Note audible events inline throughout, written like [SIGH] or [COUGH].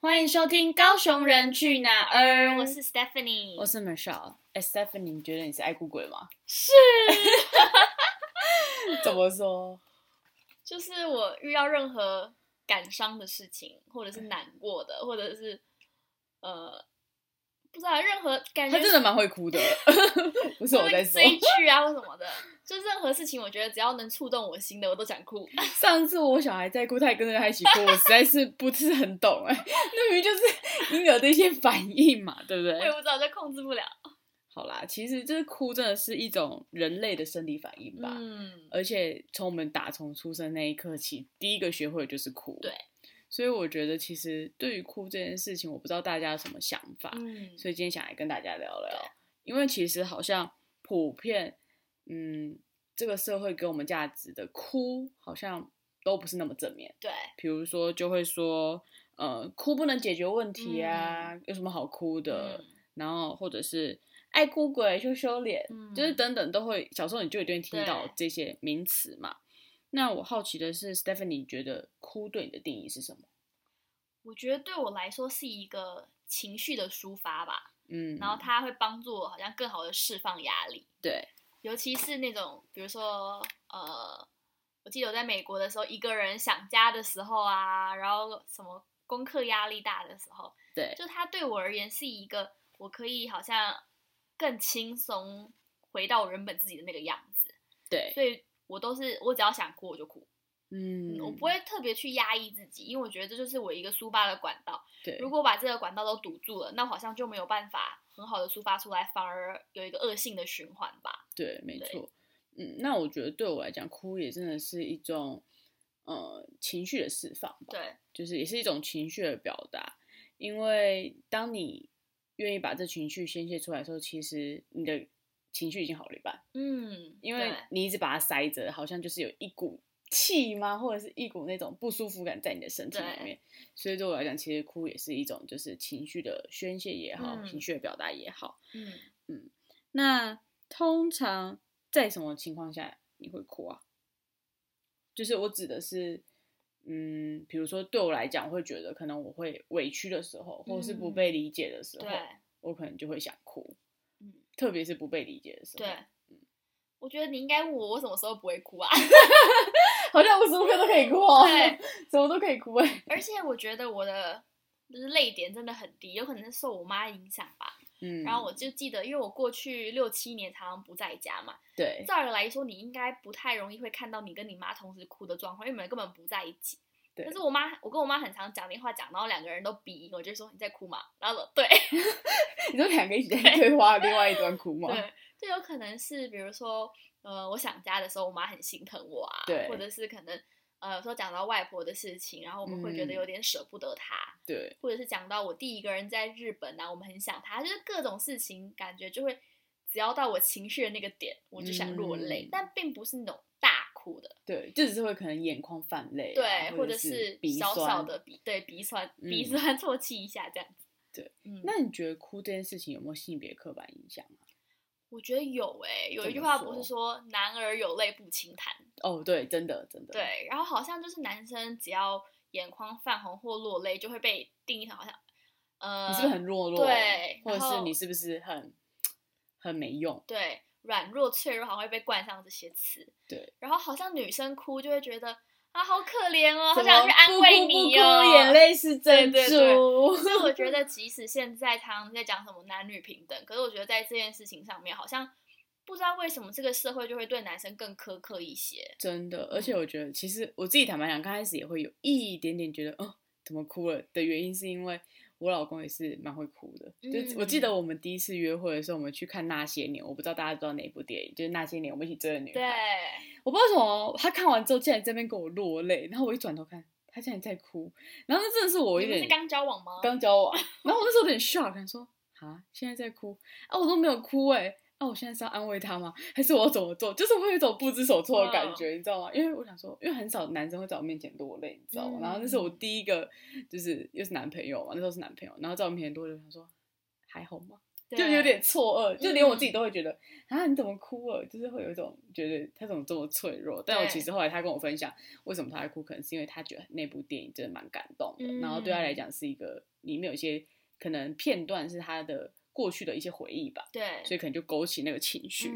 欢迎收听《高雄人去哪儿》，我是 Stephanie，我是 Michelle。哎，Stephanie，你觉得你是爱哭鬼吗？是， [LAUGHS] 怎么说？就是我遇到任何感伤的事情，或者嗯是难过的，或者是呃，不知道任何感他真觉是的蛮会哭 [LAUGHS] 的，不是我在说。追剧 [LAUGHS] 啊或什么的，就任何事情，我觉得只要能触动我心的，我都想 [LAUGHS] 哭。上次我小孩在哭，他也跟着他一起哭，我实在是不是很懂 [LAUGHS] 哎、那明明就是婴儿的一些反应嘛，对不对我？也不知道，就控制不了。好啦，其实就是哭真的是一种人类的生理反应吧。嗯，而且从我们打从出生那一刻起，第一个学会的就是哭。对，所以我觉得其实对于哭这件事情，我不知道大家有什么想法，嗯，所以今天想来跟大家聊聊对，因为其实好像普遍，嗯，这个社会给我们价值的哭好像都不是那么正面，对，比如说就会说，呃，哭不能解决问题啊，有什么好哭的？嗯然后或者是爱哭鬼羞羞脸，嗯就是等等都会，小时候你就一定会听到对这些名词嘛。那我好奇的是，Stephanie，你觉得哭对你的定义是什么？我觉得对我来说是一个情绪的抒发吧，嗯，然后它会帮助我好像更好的释放压力。对，尤其是那种，比如说，呃，我记得我在美国的时候，一个人想家的时候啊，然后什么功课压力大的时候，对，就它对我而言是一个，我可以好像更轻松回到我原本自己的那个样子，对，所以我都是我只要想哭我就哭，嗯，我不会特别去压抑自己，因为我觉得这就是我一个抒发的管道。对，如果把这个管道都堵住了，那我好像就没有办法很好的抒发出来，反而有一个恶性的循环吧。对，没对错。嗯，那我觉得对我来讲，哭也真的是一种呃情绪的释放吧，对，就是也是一种情绪的表达。因为当你愿意把这情绪宣泄出来的时候，其实你的情绪已经好了一半，嗯，因为对你一直把它塞着，好像就是有一股气吗，或者是一股那种不舒服感在你的身体里对面。所以对我来讲，其实哭也是一种就是情绪的宣泄也好，情嗯绪的表达也好。嗯，那通常在什么情况下你会哭啊？就是我指的是，嗯，比如说对我来讲，我会觉得可能我会委屈的时候，或者是不被理解的时候，嗯对，我可能就会想哭，嗯，特别是不被理解的时候，对，嗯我觉得你应该问我，我什么时候不会哭啊？好像无时无刻都可以哭哦，对， [LAUGHS] 什么都可以哭哎，而且我觉得我的就是泪点真的很低，有可能是受我妈影响吧。嗯，然后我就记得，因为我过去六七年常常不在家嘛，对照理来说，你应该不太容易会看到你跟你妈同时哭的状况，因为你们根本不在一起。对但是我妈，我跟我妈很常讲电话讲，然后两个人都鼻音，我就说你在哭嘛，然后对你说两个一起在对话，另外一端哭吗？对，这有可能是比如说，呃，我想家的时候，我妈很心疼我啊，对或者是可能呃，有时候讲到外婆的事情，然后我们会觉嗯得有点舍不得她，对或者是讲到我弟一个人在日本啊，我们很想他，就是各种事情，感觉就会只要到我情绪的那个点，我就想落泪，嗯但并不是那种大哭的。对，就只是会可能眼眶泛泪啊，对，或或者是是鼻小酸小的鼻，对鼻酸， [LAUGHS] 嗯鼻酸啜泣一下这样子。对，嗯，那你觉得哭这件事情有没有性别刻板印象啊？我觉得有诶、有怎一句么话不说是说“男儿有泪不轻弹哦，对，真的，真”，的，，对，然后好像就是男生只要眼眶泛红或落泪，就会被定义成好像，呃，你是不是很懦弱？对或者然是后你是不是很很没用？对软弱脆弱，好像会被冠上这些词。对，然后好像女生哭就会觉得啊，好可怜哦，好怎想么去安不慰哭不你哭哦，眼。泪是珍对对 [LAUGHS] 珠。所以 [LAUGHS] 我觉得，即使现在他们在讲什么男女平等，可是我觉得在这件事情上面，好像不知道为什么这个社会就会对男生更苛刻一些。真的，而嗯且我觉得，其实我自己坦白讲，刚开始也会有一点点觉得，哦、怎么哭了的原因，是因为我老公也是蛮会哭的。就我记嗯得我们第一次约会的时候，我们去看《那些年》，我不知道大家知道哪部电影，就是《那些年我们一起追的女孩》对。，我不知道为什么，他看完之后竟然这边给我落泪，然后我一转头看，他竟然在哭，然后那真的是我你有们点是刚交往吗？刚交往，然后我那时候有点 shock，想说啊，现在在哭啊，我都没有哭哎、啊，我现在是要安慰他吗？还是我要怎么做？就是会有一种不知所措的感嗯觉你知道吗？因为我想说，因为很少男生会在我面前落泪，你知道吗？嗯然后那是我第一个，就是又是男朋友嘛，那时候是男朋友，然后在我面前落泪，我想说还好吗？就有点错愕，就连我自己啊嗯都会觉得、啊，你怎么哭了？就是会有一种觉得他怎么这么脆弱。但我对其实后来他跟我分享为什么他会哭，可能是因为他觉得那部电影真的蛮感动的，然后对他来嗯讲是一个里面有一些可能片段是他的过去的一些回忆吧，对，所以可能就勾起那个情绪。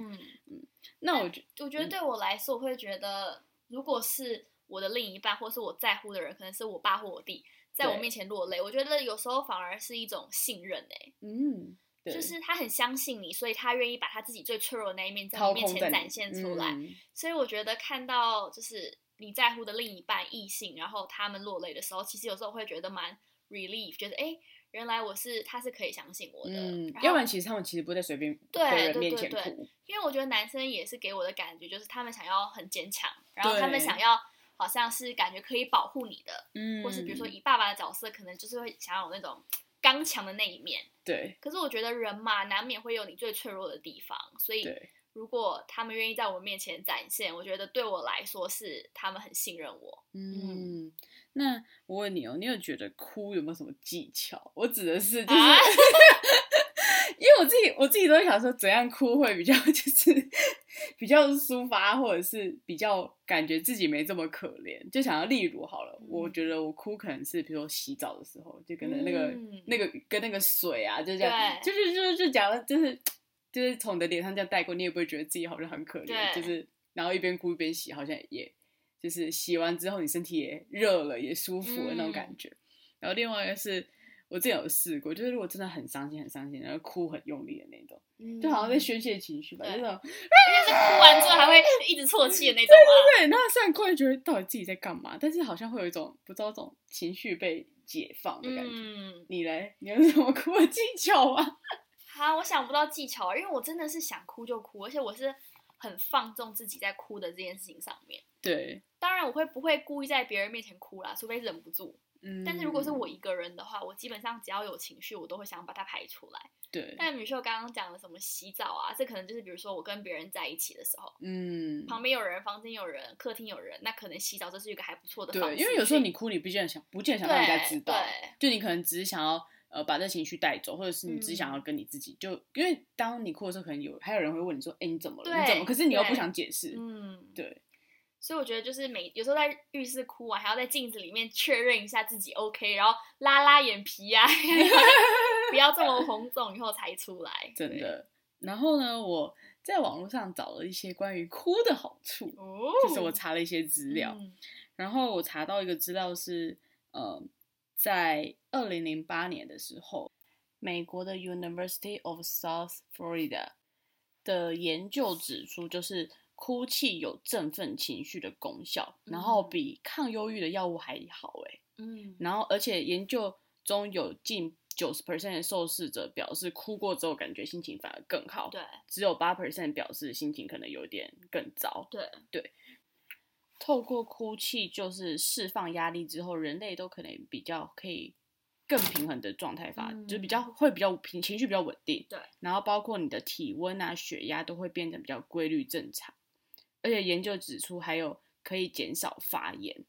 嗯，那我觉我觉得对我来说，我会觉得，如果是我的另一半，或是我在乎的人，可能是我爸或我弟，在我对面前落泪，我觉得有时候反而是一种信任诶、嗯，对，就是他很相信你，所以他愿意把他自己最脆弱的那一面在掏你面空在前你展现出来。嗯所以我觉得看到就是你在乎的另一半异性，然后他们落泪的时候，其实有时候会觉得蛮 relief，觉得哎、诶原来我是他是可以相信我的，嗯，然要后不然其实他们其实不会在随便对的人对面对前对哭，因为我觉得男生也是给我的感觉就是他们想要很坚强，然后他们对想要好像是感觉可以保护你的，嗯，或是比如说以爸爸的角色，可能就是会想要有那种刚强的那一面。对可是我觉得人嘛，难免会有你最脆弱的地方，所以对，如果他们愿意在我面前展现，我觉得对我来说是他们很信任我。嗯，那我问你哦，你有觉得哭有没有什么技巧？我指的是就是，啊因为我自己我自己都会想说，怎样哭会比较 [LAUGHS] 就是比较抒发，或者是比较感觉自己没这么可怜，就想要例如好了，我嗯觉得我哭可能是比如说洗澡的时候，就跟着那个、嗯那个跟那个水啊，就这样，就对是就是就假如就是就是从你的脸上这样带过，你也不会觉得自己好像很可怜，就对是然后一边哭一边洗，好像也就是洗完之后你身体也热了，也舒服了那种感嗯觉。然后另外一个是我之前有试过，就是如果真的很伤心很伤心，然后哭很用力的那种，嗯 [LAUGHS] 就好像在宣泄情绪吧，对那种但是哭完之后还会一直啜泣的那种啊。对，那虽然过来觉得到底自己在干嘛，但是好像会有一种不知道这种情绪被解放的感觉。嗯，你嘞，你有什么哭的技巧吗？ [LAUGHS] 好，我想不到技巧啊，因为我真的是想哭就哭，而且我是很放纵自己在哭的这件事情上面。对，当然，我会不会故意在别人面前哭啦，除非忍不住。嗯。但是如果是我，一个人的话，我基本上只要有情绪，我都会想把它排出来。对，但米秀刚刚讲的什么洗澡啊，这可能就是比如说我跟别人在一起的时候，嗯，旁边有人，房间有人，客厅有人，那可能洗澡这是一个还不错的方对，式去。因为有时候你哭，你不见得想，不见得想对让人家知道，对就你可能只是想要呃把这情绪带走，或者是你只想要嗯跟你自己，就因为当你哭的时候，可能有还有人会问你说，哎、你怎么了？对你怎么？可是你又不对想解释，嗯，对，所以我觉得就是每有时候在浴室哭完，还要在镜子里面确认一下自己 OK，然后拉拉眼皮呀、 [LAUGHS] 不要这么红肿以后才出来。真对的。然后呢，我在网络上找了一些关于哭的好处，哦，就是我查了一些资料，嗯然后我查到一个资料是，呃，在二零零八年的时候，美国的 University of South Florida 的研究指出，就是哭泣有振奋情绪的功效，然后嗯比抗忧郁的药物还好诶。嗯然后而且研究中有近九十 percent 的受试者表示，哭过之后感觉心情反而更好，对，只有八 percent 表示心情可能有点更糟。对对，透过哭泣就是释放压力之后，人类都可能比较可以更平衡的状态发，就是比较会比较平情绪比较稳定。嗯对，然后包括你的体温啊、血压都会变得比较规律正常。而且研究指出，还有可以减少发炎，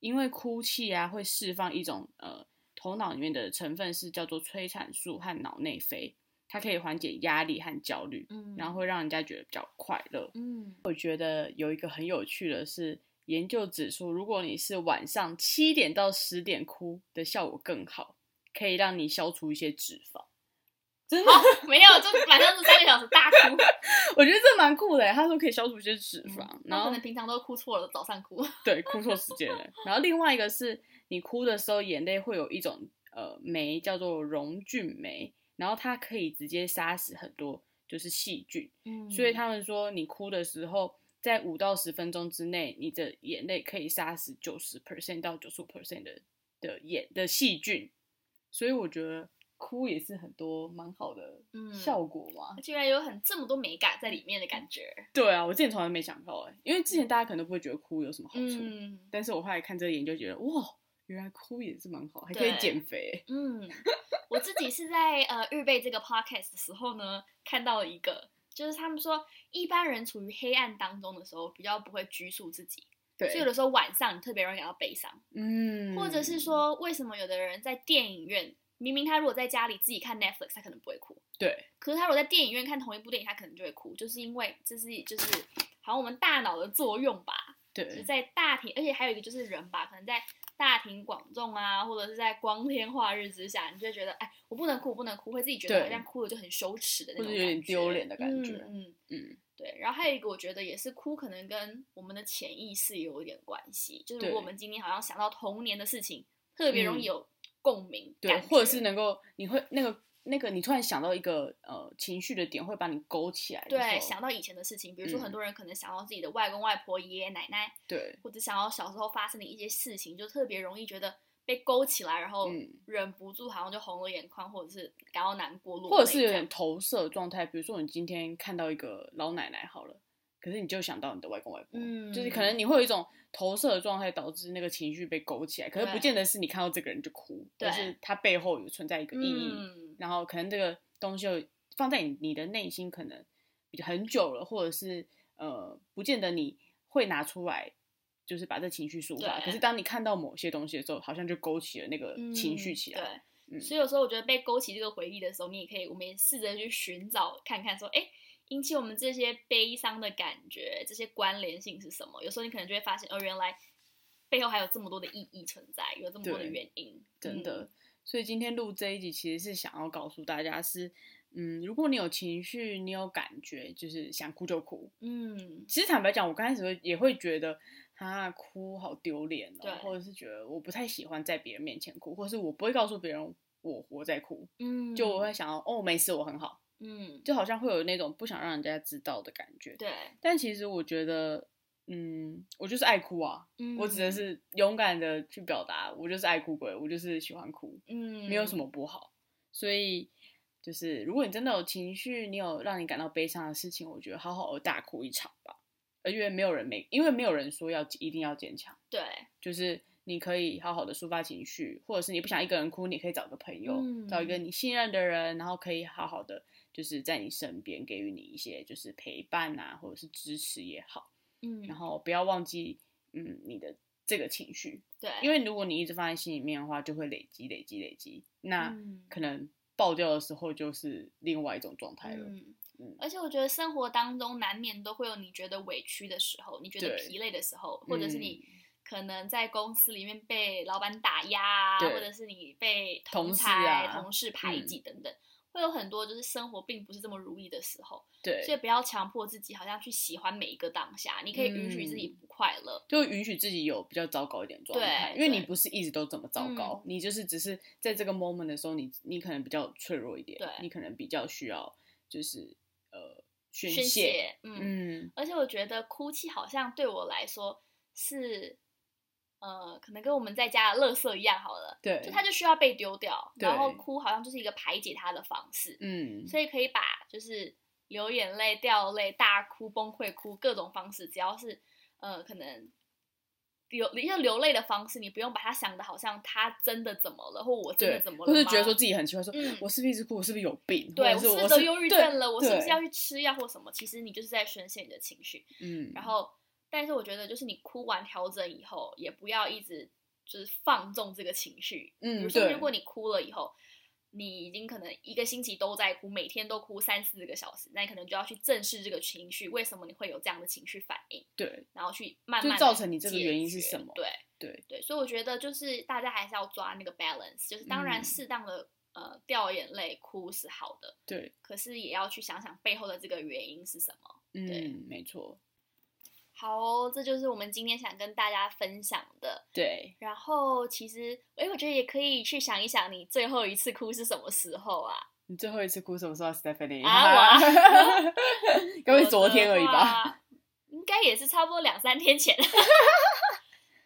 因为哭泣啊会释放一种呃头脑里面的成分是叫做催产素和脑内啡，它可以缓解压力和焦虑，嗯然后会让人家觉得比较快乐。嗯我觉得有一个很有趣的是，研究指出，如果你是晚上七点到十点哭的效果更好，可以让你消除一些脂肪。真的，没有，就是晚上是三个小时大哭， [LAUGHS] 我觉得这蛮酷的耶。欸他说可以消除一些脂肪，然然后后嗯可能平常都哭错了，早上哭。对哭错时间了。然后另外一个是你哭的时候，眼泪会有一种呃酶叫做溶菌酶，然后它可以直接杀死很多就是细菌。嗯所以他们说，你哭的时候，在五到十分钟之内，你的眼泪可以杀死九十 percent 到九十 percent 的的眼的细菌。所以我觉得哭也是很多蛮好的嗯效果嘛。居然有很这么多美感在里面的感觉。对啊，我之前从来没想到哎、因为之前大家可能都不会觉得哭有什么好处，嗯但是我后来看这个研究，觉得哇，原来哭也是蛮好，还可以对减肥、欸。嗯，我自己是在呃预备这个 podcast 的时候呢，看到了一个，就是他们说一般人处于黑暗当中的时候，比较不会拘束自己，所以有对，的时候晚上你特别容易感到悲伤，嗯，或者是说为什么有的人在电影院明明他如果在家里自己看 Netflix，他可能不会哭，对，可是他如果在电影院看同一部电影，他可能就会哭，就是因为这是就是好像我们大脑的作用吧，就是对，在大庭，而且还有一个就是人吧，可能在大庭广众啊，或者是在光天化日之下，你就会觉得哎，我不能哭，我不能哭，会自己觉得对好像哭了就很羞耻的那或种者感有觉，点丢脸的感觉，嗯嗯嗯对，然后还有一个，我觉得也是哭，可能跟我们的潜意识有一点关系。就是如对果我们今天好像想到童年的事情，特别容易嗯有共鸣对，感觉、或者是能够你会那个那个你突然想到一个呃情绪的点，会把你勾起来的时候，对想到以前的事情，比如说很嗯多人可能想到自己的外公外婆、爷爷奶奶，对或者想到小时候发生的一些事情，就特别容易觉得被勾起来，然后嗯忍不住好像就红了眼眶，或者是感到难过落泪这样，或者是有点投射状态，比如说你今天看到一个老奶奶好了，可是你就想到你的外公外婆，嗯，就是可能你会有一种投射的状态，导致那个情绪被勾起来，可是不对见得是你看到这个人就哭，对而是他背后有存在一个意义，嗯，然后可能这个东西有放在你你的内心，可能比较很久了，或者是呃，不见得你会拿出来，就是把这情绪抒发。对可是当你看到某些东西的时候，好像就勾起了那个情绪嗯起来。对，嗯所以有时候我觉得被勾起这个回忆的时候，你也可以，我们也试着去寻找看看说，哎，引起我们这些悲伤的感觉，这些关联性是什么？有时候你可能就会发现，哦，原来背后还有这么多的意义存在，有这么多的对原因，真的。嗯所以今天录这一集，其实是想要告诉大家是，嗯，如果你有情绪，你有感觉，就是想哭就哭。嗯，其实坦白讲，我刚开始会也会觉得，啊，哭好丢脸对哦，或者是觉得我不太喜欢在别人面前哭，或是我不会告诉别人我我在哭，嗯，就我会想要哦，没事，我很好，嗯，就好像会有那种不想让人家知道的感觉。对，但其实我觉得，嗯，我就是爱哭啊，嗯，我指的，是勇敢的去表达，我就是爱哭鬼，我就是喜欢哭，嗯，没有什么，不好。所以就是，如果你真的有情绪，你有让你感到悲伤的事情，我觉得好好的大哭一场吧，而因为没有人没，因为没有人说要一定要坚强，对，就是你可以好好的抒发情绪，或者是你不想一个人哭，你可以找个朋友，嗯找一个你信任的人，然后可以好好的就是在你身边给予你一些就是陪伴啊，或者是支持也好，嗯，然后不要忘记嗯你的这个情绪，对，因为为如果你一直放在心里面的话，就会累积累积累积，那。嗯啊可能爆掉的时候就是另外一种状态了。嗯嗯而且我觉得生活当中难免都会有你觉得委屈的时候，你觉得对嗯疲累的时候，或者是你可能在公司里面被老板打压啊，对或者是你被同事才、啊同事排挤等等，会有很多就是生活并不是这么如意的时候，所以对，不要强迫自己好像去喜欢每一个当下，你可以允许自嗯己不快乐。就允许自己有比较糟糕一点的状态，对因为你对嗯不是一直都这么糟糕，你就是只是在这个 moment 的时候，你你可能比较脆弱一点对，你可能比较需要就是呃宣宣泄，泄，嗯，嗯，而且我觉得哭泣好像对我来说是，呃，可能跟我们在家的垃圾一样好了，对，就它就需要被丢掉，对然后哭好像就是一个排解它的方式，嗯，所以可以把就是流眼泪、掉泪、大哭、崩溃哭各种方式，只要是呃可能流一个流泪的方式，你不用把它想的好像他真的怎么了，或我真的对，怎么或了是吗，觉得说自己很奇怪，说、嗯我是不是一直哭，我是不是有病，或对我者是是不我是是得忧郁症了，我是不是对要去吃药或什么？其实你就是在宣泄你的情绪，嗯，然后但是我觉得就是你哭完调整以后，也不要一直就是放纵这个情绪，比嗯，如说，对，如果你哭了以后，你已经可能一个星期都在哭，每天都哭三四个小时，那你可能就要去正视这个情绪，为什么你会有这样的情绪反应，对然后去慢就慢地造成你这个解原因是决什么对对对，所以我觉得就是大家还是要抓那个 balance，就是当然嗯适当的、呃掉眼泪哭是好的，对，可是也要去想想背后的这个原因是什么。对嗯，没错，好哦、这就是我们今天想跟大家分享的。对，然后其实，哎，我觉得也可以去想一想，你最后一次哭是什么时候啊？你最后一次哭什么时候，Stephanie？啊我 [LAUGHS] 该不会昨天而已吧？？应该也是差不多两三天前。 [LAUGHS]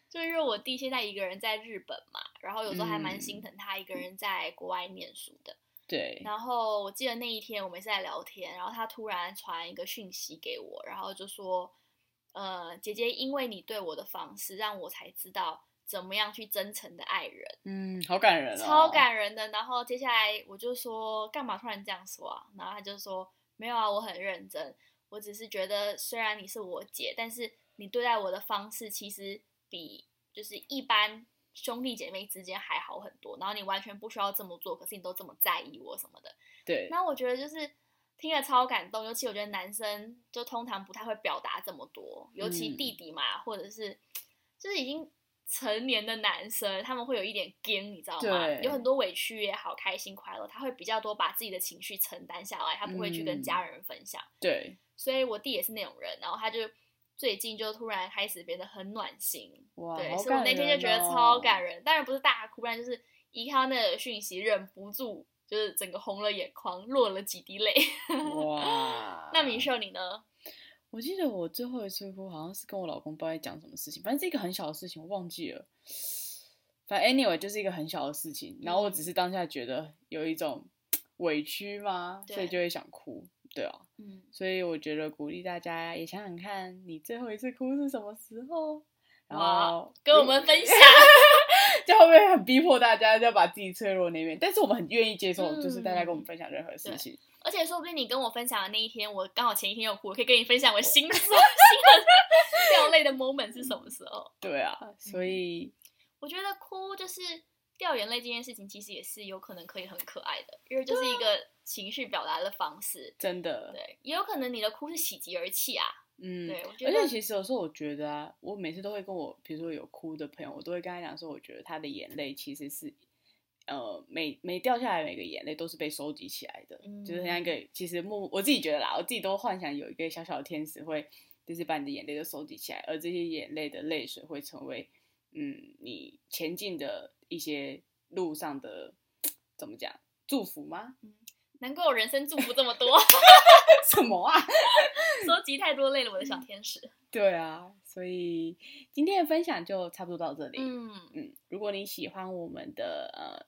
就因为我弟现在一个人在日本嘛，然后有时候还蛮嗯心疼他一个人在国外念书的。对，然后我记得那一天我们是在聊天，然后他突然传一个讯息给我，然后就说：“呃，姐姐，因为你对我的方式，让我才知道怎么样去真诚的爱人，嗯，好感人哦，超。感人的。”然后接下来我就说：“干嘛突然这样说啊？”然后他就说：“没有啊，我很认真，我只是觉得虽然你是我姐，但是你对待我的方式其实比就是一般兄弟姐妹之间还好很多，然后你完全不需要这么做，可是你都这么在意我什么的。对，那我觉得就是听了超感动，尤其我觉得男生就通常不太会表达这么多，尤其弟嗯弟嘛，或者是就是已经成年的男生，他们会有一点惊，你知道吗？对有很多委屈也好，开心快乐，他会比较多把自己的情绪承担下来，他不会去跟嗯家人分享。对，所以我弟也是那种人，然后他就最近就突然开始变得很暖心，哇，对，好所以我感那天就觉得人超哦感人，当然不是大哭，不然就是一看到那个讯息，忍不住就是整个红了眼眶，落了几滴泪。，哇 [LAUGHS] 那米秀你呢？我记得我最后一次哭好像是跟我老公不知道在讲什么事情，反正是一个很小的事情，我忘记了。反正 anyway 就是一个很小的事情，然后嗯我只是当下觉得有一种委屈嘛，所以对就会想哭，对啊。嗯，所以我觉得鼓励大家也想想看，你最后一次哭是什么时候，然后跟我们分享。 [LAUGHS] 这样会不会很逼迫大家要把自己脆弱那一面？但是我们很愿意接受，就是大家跟我们分享任何事嗯对情。而且说不定你跟我分享的那一天，我刚好前一天有哭，我可以跟你分享 [LAUGHS] 我心酸、心酸掉泪的 moment 是什么时候。对啊，所嗯以 [LAUGHS] 我觉得哭就是掉眼泪这件事情，其实也是有可能可以很可爱的，因为就是一个情绪表达的方式。真的，对，也有可能你的哭是喜极而泣啊。嗯，对，我觉而得且其实有时候我觉得啊，我每次都会跟我，比如说有哭的朋友，我都会跟他讲说，我觉得他的眼泪其实是，呃，每每掉下来每个眼泪都是被收集起来的，就是嗯像一个其实默，我自己觉得啦，我自己都幻想有一个小小的天使会，就是把你的眼泪都收集起来，而这些眼泪的泪水会成为，嗯，你前进的一些路上的怎么讲祝福吗？ [LAUGHS] 难怪我人生祝福这么多， [LAUGHS] 什么啊？ [LAUGHS] 收集太多累了，我的小天使。对啊，所以今天的分享就差不多到这里。嗯，嗯，如果你喜欢我们的呃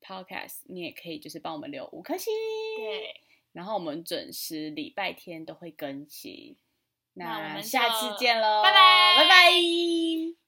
podcast，你也可以就是帮我们留五颗星，对，然后我们准时礼拜天都会更新。那我们下就次见喽，拜拜拜拜。